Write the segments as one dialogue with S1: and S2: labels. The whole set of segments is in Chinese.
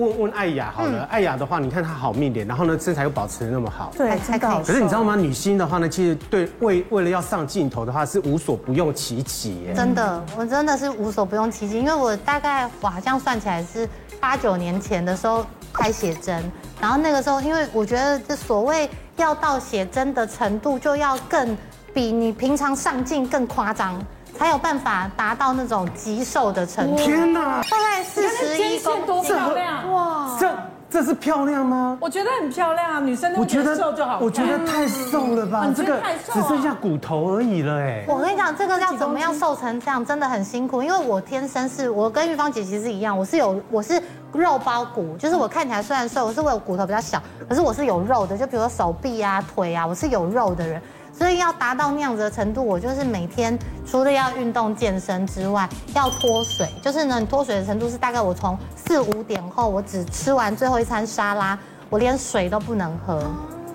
S1: 问问艾雅好
S2: 嗯
S1: 了，艾雅的话，你看她好命点，然后呢身材又保持得那么好。
S3: 对，才
S4: 才可以
S3: 可
S1: 可是你知道吗？女星的话呢，其实对为为了要上镜头的话，是无所不用其极耶。
S4: 真的，我真的是无所不用其极，因为我大概我好像算起来是八九年前的时候拍写真，然后那个时候，因为我觉得这所谓要到写真的程度，就要更比你平常上镜更夸张，才有办法达到那种极瘦的程度。
S1: 天哪，
S4: 大概四十一
S2: 肩线
S4: 公
S2: 多
S4: 斤，
S2: 漂亮！
S4: 哇！
S1: 这这是漂亮吗？
S2: 我觉得很漂亮啊，女生都
S1: 我觉得
S2: 瘦就好看。
S1: 我觉得太瘦了吧，
S2: 嗯
S1: 这个
S2: 你觉得太瘦啊
S1: 只剩下骨头而已了哎。
S4: 我跟你讲，这个要怎么样瘦成这样，真的很辛苦。因为我天生是我跟玉芳姐其实一样，我是有我是肉包骨，就是我看起来虽然瘦，可是我有骨头比较小，可是我是有肉的，就比如说手臂啊、腿啊，我是有肉的人。所以要达到那样子的程度，我就是每天除了要运动健身之外，要脱水。就是呢，你脱水的程度是大概我从四五点后，我只吃完最后一餐沙拉，我连水都不能喝。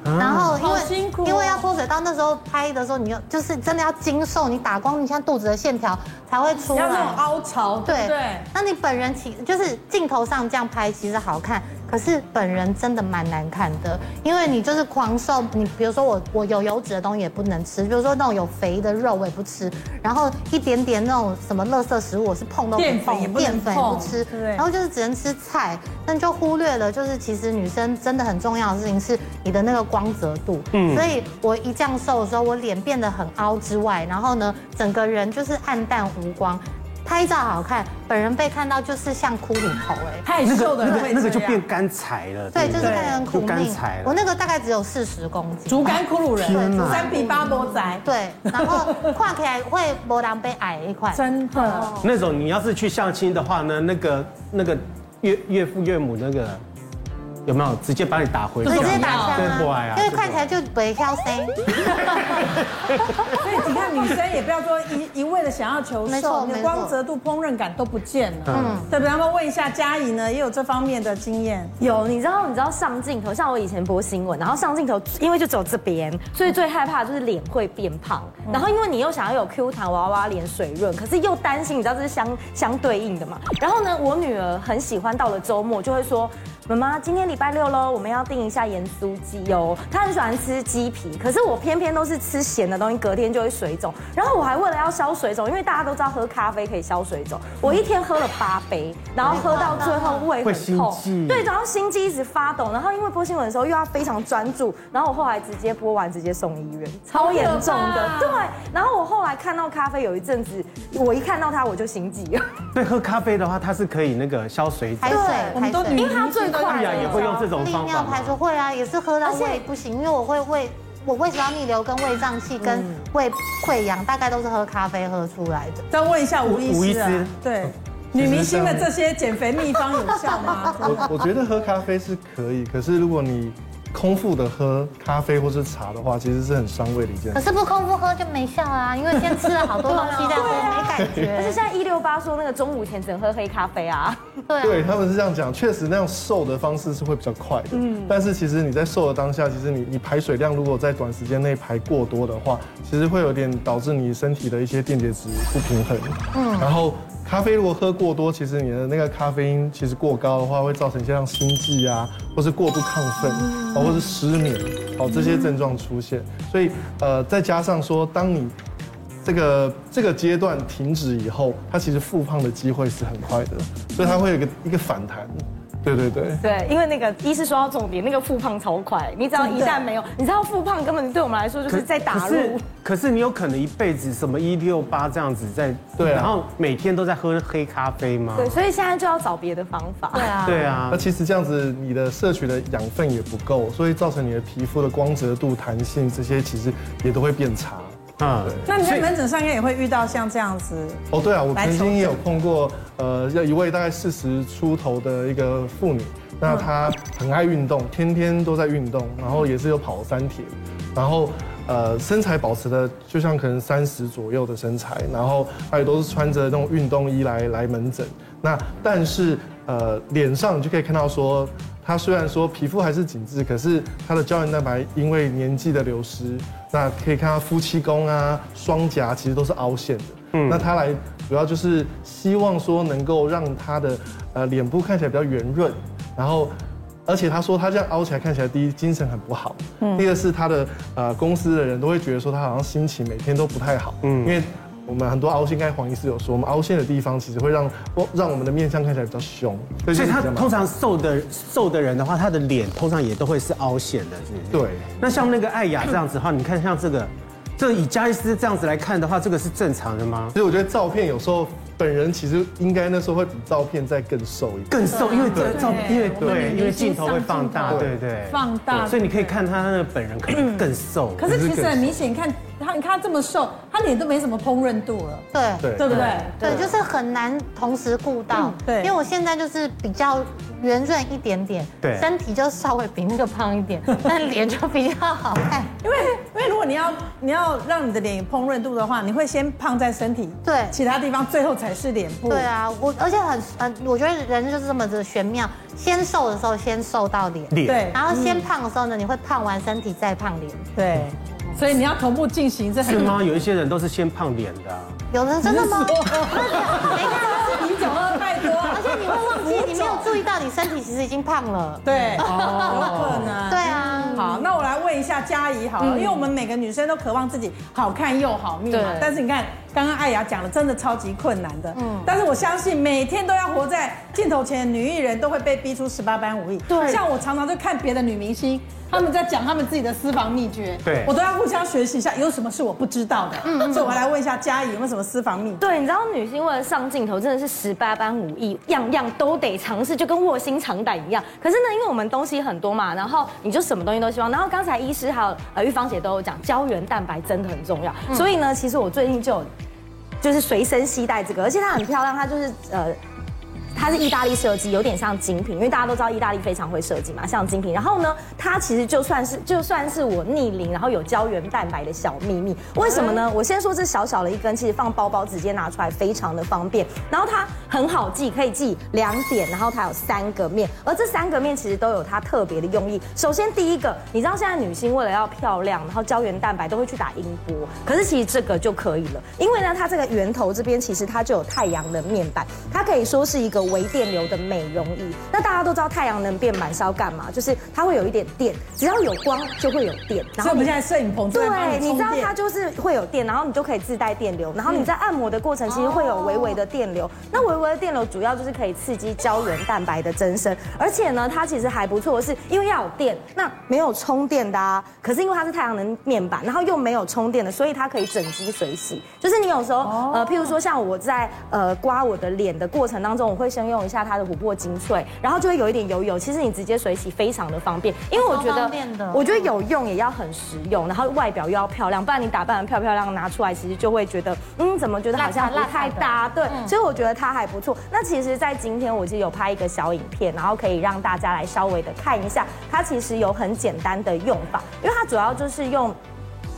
S4: 然后因
S2: 啊
S4: 为
S2: 好辛苦哦
S4: 因为要脱水，到那时候拍的时候，你要就是真的要精瘦，你打光，你像肚子的线条才会出
S2: 要那种
S4: 来。
S2: 凹槽，对不对？
S4: 那你本人其就是镜头上这样拍，其实好看，可是本人真的蛮难看的，因为你就是狂瘦，你比如说我我有油脂的东西也不能吃，比如说那种有肥的肉我也不吃，然后一点点那种什么垃圾食物我是碰都不
S2: 淀粉也
S4: 碰，
S2: 不能
S4: 淀粉也不
S2: 碰
S4: 吃，
S2: 对
S4: 然后就是只能吃菜，但就忽略了就是其实女生真的很重要的事情是你的那个光泽度，嗯，所以我一降瘦的时候，我脸变得很凹之外，然后呢，整个人就是暗淡无光。拍照好看，本人被看到就是像骷髅头哎、
S2: 太瘦的
S1: 那
S2: 人
S1: 个
S2: 会
S1: 那
S2: 这
S1: 个
S2: 样
S1: 就变干柴了，
S4: 对，
S5: 嗯
S1: 不
S4: 就是看人苦
S1: 就干
S4: 命
S1: 柴。
S4: 我
S1: 了。
S4: 那个大概只有四十公斤，
S2: 竹竿骷髅人，
S1: 天哪
S2: 三比八波仔，
S4: 对，然后跨起来会波浪被矮一块，
S2: 真的。
S1: 那种你要是去相亲的话呢，那个那个岳岳父岳母那个有没有直接把你打回去？
S4: 所以直接打枪
S1: 对过来啊，
S4: 啊因为看起来就北挑 C。
S2: 所以你看，女生也不要说一一味的想要求
S4: 没
S2: 瘦，
S4: 错
S2: 你的
S4: 没错
S2: 光泽度、烹饪感都不见了。
S1: 嗯
S2: 嗯，对不对？那么问一下佳怡呢，也有这方面的经验。
S5: 有，你知道你知道上镜头，像我以前播新闻，然后上镜头，因为就只有这边，所以最害怕的就是脸会变胖。然后因为你又想要有 Q 弹娃娃脸水润，可是又担心，你知道这是相相对应的嘛。然后呢，我女儿很喜欢到了周末就会说。妈妈，今天礼拜六喽，我们要订一下盐酥鸡哦。她很喜欢吃鸡皮，可是我偏偏都是吃咸的东西，隔天就会水肿。然后我还为了要消水肿，因为大家都知道喝咖啡可以消水肿，我一天喝了八杯，然后喝到最后胃
S1: 会
S5: 哎很
S1: 心
S5: 痛
S1: 悸，
S5: 对，然后心肌一直发抖，然后因为播新闻的时候又要非常专注，然后我后来直接播完直接送医院，超严重的
S2: 好，可怕
S5: 对。然后我后来看到咖啡有一阵子，我一看到它我就心悸了，
S1: 对，喝咖啡的话，它是可以那个消水肿
S4: 排。水，
S2: 我们
S4: 排
S2: 都
S4: 水
S2: 女，
S5: 因为它最快
S1: 哎呀，
S5: 了。
S1: 也会用这种
S4: 利
S1: 方
S4: 尿
S1: 法吗
S4: 排出会啊，也是喝到
S5: 而且
S4: 胃不行，因为我会胃，我胃食道逆流跟胃胀气跟胃溃疡，大概都是喝咖啡喝出来的。
S2: 再问一下吴医
S1: 吴医
S2: 师
S1: 师
S2: 啊，对，女明星的这些减肥秘方有效 吗？
S6: 我我觉得喝咖啡是可以，可是如果你空腹的喝咖啡或是茶的话，其实是很伤胃的一件
S4: 可
S6: 事。
S4: 是不空腹喝就没效啊，因为先吃了好多东西再喝没感
S5: 而且
S4: 觉。
S5: 现在一六八说那个中午前只能喝黑咖啡啊，
S4: 对啊，
S6: 对，他们是这样讲，确实那样瘦的方式是会比较快的。嗯，但是其实你在瘦的当下，其实你你排水量如果在短时间内排过多的话，其实会有点导致你身体的一些电解质不平衡。嗯，然后咖啡如果喝过多，其实你的那个咖啡因其实过高的话，会造成一些像心悸啊，或是过度亢奋，哦，或是失眠，哦这些症状出现。所以呃，再加上说，当你这个这个阶段停止以后，它其实复胖的机会是很快的，所以它会有一个一个反弹。对对对，
S5: 对，因为那个医师说到重点，那个复胖超快，你只要一旦没有，你知道复胖根本对我们来说就
S1: 可
S5: 是在打
S1: 可是
S5: 入。
S1: 可是你有可能一辈子什么一六八这样子在，
S6: 对啊
S1: 然后每天都在喝黑咖啡吗？
S5: 对，所以现在就要找别的方法。
S4: 对啊，
S1: 对啊
S6: 那，其实这样子，你的摄取的养分也不够，所以造成你的皮肤的光泽度、弹性这些其实也都会变差。
S1: 嗯，
S2: 那你
S1: 所
S2: 在
S1: 以
S2: 门诊上应该也会遇到像这样子，
S6: 哦，对啊，我
S2: 来
S6: 曾
S2: 求
S6: 经也有
S2: 证
S6: 碰过，呃，要一位大概四十出头的一个妇女，那她很爱运动，天天都在运动，然后也是有跑三铁，然后呃身材保持的就像可能三十左右的身材，然后她也都是穿着那种运动衣来来门诊，那但是呃脸上你就可以看到说。她虽然说皮肤还是紧致，可是她的胶原蛋白因为年纪的流失，那可以看她夫妻宫啊、双颊其实都是凹陷的。嗯，那她来主要就是希望说能够让她的呃脸部看起来比较圆润，然后。而且他说他这样凹起来看起来，第一精神很不好，第二是他的呃公司的人都会觉得说他好像心情每天都不太好，嗯，因为我们很多凹陷，刚才黄医师有说，我们凹陷的地方其实会让让我们的面相看起来比较凶，所
S1: 所以他通常
S6: 常
S1: 瘦的瘦的人的话，他的脸通常也都会是凹陷的，是不是？
S6: 对
S1: 那像那个艾雅这样子的话，你看像这个，这以加医师这样子来看的话，这个是正常的吗？
S6: 所以我觉得照片有时候本人其实应该那时候会比照片再更瘦一点。
S1: 更瘦，因为这照，因为
S6: 我们
S1: 对，因为镜头会放大，
S6: 上镜
S1: 对
S6: 头
S1: 对，
S2: 放大
S1: 对所以你可以看他那个本人可能更瘦。
S2: 可是其实很明显，你看他，你看他这么瘦，他脸都没什么烹饪度了，
S4: 对
S6: 对
S2: 对不对？
S4: 对，就是很难同时顾到。
S2: 对
S4: 因为我现在就是比较圆润一点点，
S1: 对
S4: 身体就稍微比那个胖一点，但脸就比较好看。
S2: 因为因为如果你要你要让你的脸有烹饪度的话，你会先胖在身体，
S4: 对
S2: 其他地方最后才是脸部。
S4: 对啊，我而且很很，我觉得人就是这么的玄妙，先瘦的时候先瘦到脸，
S1: 脸，
S2: 对
S4: 然后
S1: 嗯
S4: 先胖的时候呢，你会胖完身体再胖脸，
S2: 对，所以你要同步进行，这
S1: 是
S2: 很
S1: 吗？有一些人都是先胖脸的啊，
S4: 有人真的吗？
S2: 你是 你
S4: 没看，
S2: 讲到太多，
S4: 而且你会忘记，你没有注意到你身体其实已经胖了。
S2: 对， 哦有可能。
S4: 对啊，
S1: 嗯
S2: 好，那我来问一下佳怡好了，因为我们每个女生都渴望自己好看又好命嘛
S5: 嗯对。
S2: 但是你看，刚刚艾雅讲的真的超级困难的。嗯。但是我相信，每天都要活在镜头前的女艺人，都会被逼出十八般武艺。
S5: 对嗯
S2: 像我常常就看别的女明星，她们在讲她们自己的私房秘诀。
S1: 对
S2: 我都要互相学习一下，有什么是我不知道的。嗯。所以我来问一下佳怡，有没有什么私房秘诀？
S5: 对，你知道女星为了上镜头真的是十八般武艺，样样都得尝试，就跟卧薪尝胆一样。可是呢，因为我们东西很多嘛，然后你就什么东西都希望。然后刚才医师还有呃玉芳姐都有讲，胶原蛋白真的很重要。所以呢，其实我最近就有就是随身携带这个，而且它很漂亮，它就是呃。它是意大利设计，有点像精品，因为大家都知道意大利非常会设计嘛，像精品。然后呢，它其实就算是就算是我逆龄，然后有胶原蛋白的小秘密。为什么呢？我先说这小小的一根，其实放包包直接拿出来非常的方便。然后它很好记，可以记两点，然后它有三个面，而这三个面其实都有它特别的用意。首先第一个，你知道现在女星为了要漂亮，然后胶原蛋白都会去打音波，可是其实这个就可以了，因为呢，它这个源头这边其实它就有太阳能面板，它可以说是一个微电流的美容仪。那大家都知道太阳能面板是要干嘛？就是它会有一点电，只要有光就会有电，然
S2: 所以我
S5: 你
S2: 们现在摄影棚正在帮
S5: 对，你
S2: 充
S5: 知道
S2: 电
S5: 它就是会有电，然后你就可以自带电流，然后你在按摩的过程其实会有微微的电流。那微微的电流主要就是可以刺激胶原蛋白的增生，而且呢，它其实还不错的是，因为要有电，那没有充电的啊，可是因为它是太阳能面板，然后又没有充电的，所以它可以整机随洗。就是你有时候呃，譬如说像我在呃刮我的脸的过程当中，我会先用一下它的琥珀精粹，然后就会有一点油油，其实你直接水洗非常的方便，因为我觉
S4: 超
S5: 得
S4: 方便的
S5: 我觉得有用也要很实用，然后外表又要漂亮，不然你打扮的漂漂亮拿出来，其实就会觉得，嗯，怎么觉得好像不太搭？对，
S1: 嗯
S5: 所以我觉得它还不错。那其实，在今天我其实有拍一个小影片，然后可以让大家来稍微的看一下，它其实有很简单的用法，因为它主要就是用。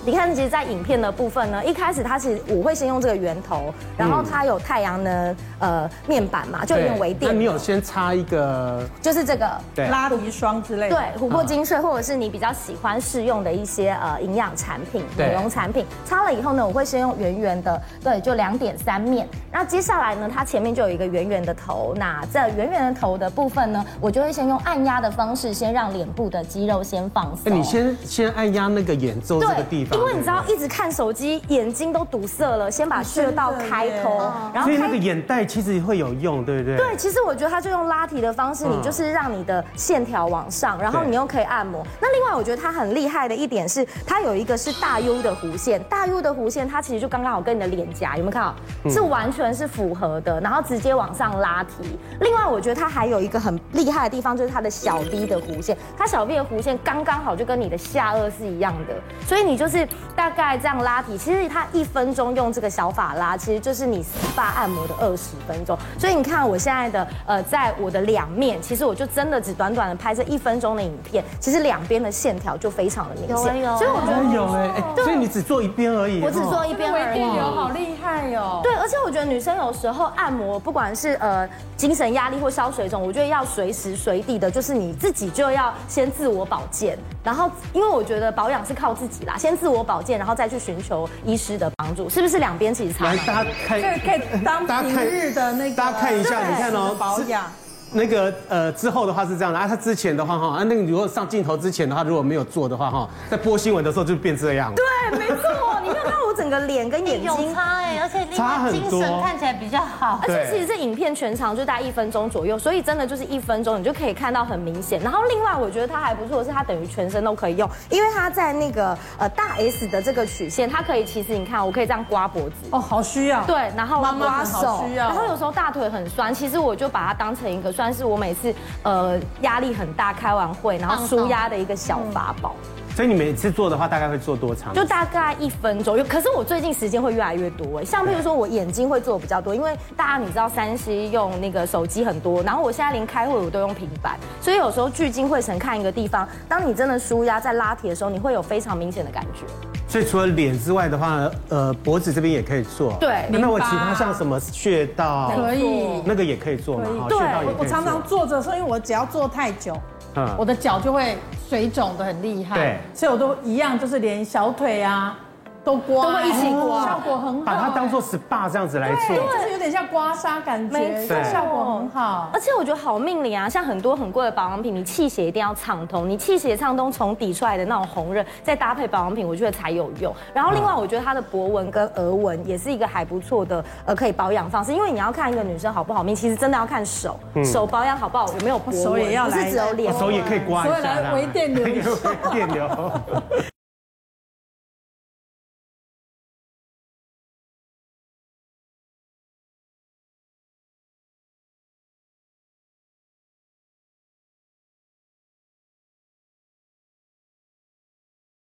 S5: 你看，其实，在影片的部分呢，一开始它其实我会先用这个源头，然
S1: 嗯
S5: 后它有太阳能呃面板嘛，就有点微
S1: 那你
S5: 电，
S1: 有先插一个
S5: 就是这个
S1: 对
S2: 拉皮霜之类的。
S5: 对，琥
S1: 嗯
S5: 珀精粹或者是你比较喜欢试用的一些呃营养产品、
S1: 对
S5: 美容产品，擦了以后呢，我会先用圆圆的，对，就两点三面。那接下来呢，它前面就有一个圆圆的头，那这圆圆的头的部分呢，我就会先用按压的方式，先让脸部的肌肉先放
S1: 哎，
S5: 松。
S1: 你先先按压那个眼周这个地方，
S5: 因为你知道
S1: 对
S5: 一直看手机，眼睛都堵塞了，先把穴道开
S2: 啊真的
S5: 通嗯
S2: 耶，
S1: 不对
S5: 然后
S1: 所以
S5: 开
S1: 那个眼袋其实会有用，对不对？嗯
S5: 对，其实我觉得它就用拉提的方式，你就是让你的线条往上，然后
S1: 对
S5: 你又可以按摩。那另外我觉得它很厉害的一点是，它有一个是大 U 的弧线，大 U 的弧线它其实就刚刚好跟你的脸颊有没有看到，
S1: 嗯
S5: 是完全是符合的，然后直接往上拉提。另外我觉得它还有一个很厉害的地方就是它的小 V 的弧线，它小 V 的弧线刚刚好就跟你的下颚是一样的，所以你就是大概这样拉提，其实它一分钟用这个小法拉，其实就是你 SPA 按摩的二十分钟。所以你看我现在的呃，在我的两面，其实我就真的只短短的拍这一分钟的影片，其实两边的线条就非常的明显。
S4: 有欸有欸
S5: 所以我觉
S1: 哎
S5: 得
S1: 有哎，哎所以你只做一边而已。
S5: 我只
S1: 哦
S5: 做一边而已。
S2: 流好厉害哦。
S5: 对，而且我觉得女生有时候按摩，不管是呃精神压力或消水肿，我觉得要随时随地的，就是你自己就要先自我保健，然后因为我觉得保养是靠自己啦，先自我保健，然后再去寻求医师的帮助，是不是两边其实差
S1: 来
S5: 蛮
S1: 大
S5: 多？
S1: 家
S2: 这个
S1: 看，
S2: 可以当
S1: 大家
S2: 平
S1: 看
S2: 日的那个，
S1: 大家看一下，你看哦，
S2: 保养。
S1: 那个呃之后的话是这样的啊，他之前的话哈，啊那个如果上镜头之前的话，如果没有做的话哈，在播新闻的时候就变这样了。
S5: 对，没错，你没有看到我整个脸跟眼
S4: 有
S5: 睛。
S4: 差哎、而且另
S1: 差
S4: 外
S1: 很
S4: 精
S1: 多
S4: 神看起来比较好
S5: 而。且
S6: 对
S5: 其实这影片全长就大概一分钟左右，所以真的就是一分钟，你就可以看到很明显。然后另外我觉得它还不错的是，它等于全身都可以用，因为它在那个呃大 S 的这个曲线，它可以其实你看，我可以这样刮脖子，
S2: 哦，好需要。
S5: 对，然后
S2: 妈妈
S5: 刮
S2: 很好
S5: 手，
S2: 需要
S5: 然后有时候大腿很酸，其实我就把它当成一个算是我每次呃压力很大开完会，然后
S4: 放松
S5: 舒压的一个小法宝。
S1: 所以你每次做的话，大概会做多长？
S5: 就大概一分左右。可是我最近时间会越来越多哎，像譬如说我眼睛会做比较多，因为大家你知道山西用那个手机很多，然后我现在连开会我都用平板，所以有时候聚精会神看一个地方，当你真的舒压在拉提的时候，你会有非常明显的感觉。
S1: 所以除了脸之外的话，呃，脖子这边也可以做。
S5: 对
S1: 那那我其
S2: 淋巴
S1: 他像什么穴道，
S2: 可以。
S1: 那个也可以做嘛
S2: 可以，
S1: 哈
S5: 对
S1: 穴道也
S2: 我
S1: 可
S2: 我
S1: 以
S2: 常常
S1: 做
S2: 坐着的时候，因为我只要坐太久，
S1: 嗯
S2: 我的脚就会水肿的很厉害。
S1: 对
S2: 所以我都一样，就是连小腿啊都刮，
S5: 都会一起刮
S2: 效果很好。
S1: 把它当做 SPA 这样子来
S2: 对，
S1: 做。
S2: 就是有点像刮痧感觉，
S5: 没
S1: 错
S2: 效果很好。
S5: 而且我觉得好命理啊，像很多很贵的保养品，你气血一定要畅通，你气血畅通从底出来的那种红润，再搭配保养品，我觉得才有用。然后另外，我觉得它的博纹跟额纹也是一个还不错的呃可以保养方式，因为你要看一个女生好不好命，其实真的要看手，手保养好不好，有没有博纹，
S2: 手也要
S5: 不是
S2: 来
S5: 只有脸。
S1: 手也可以刮一
S2: 所以
S1: 下
S2: 来
S1: 啦，
S2: 微电流一下
S1: 微电流。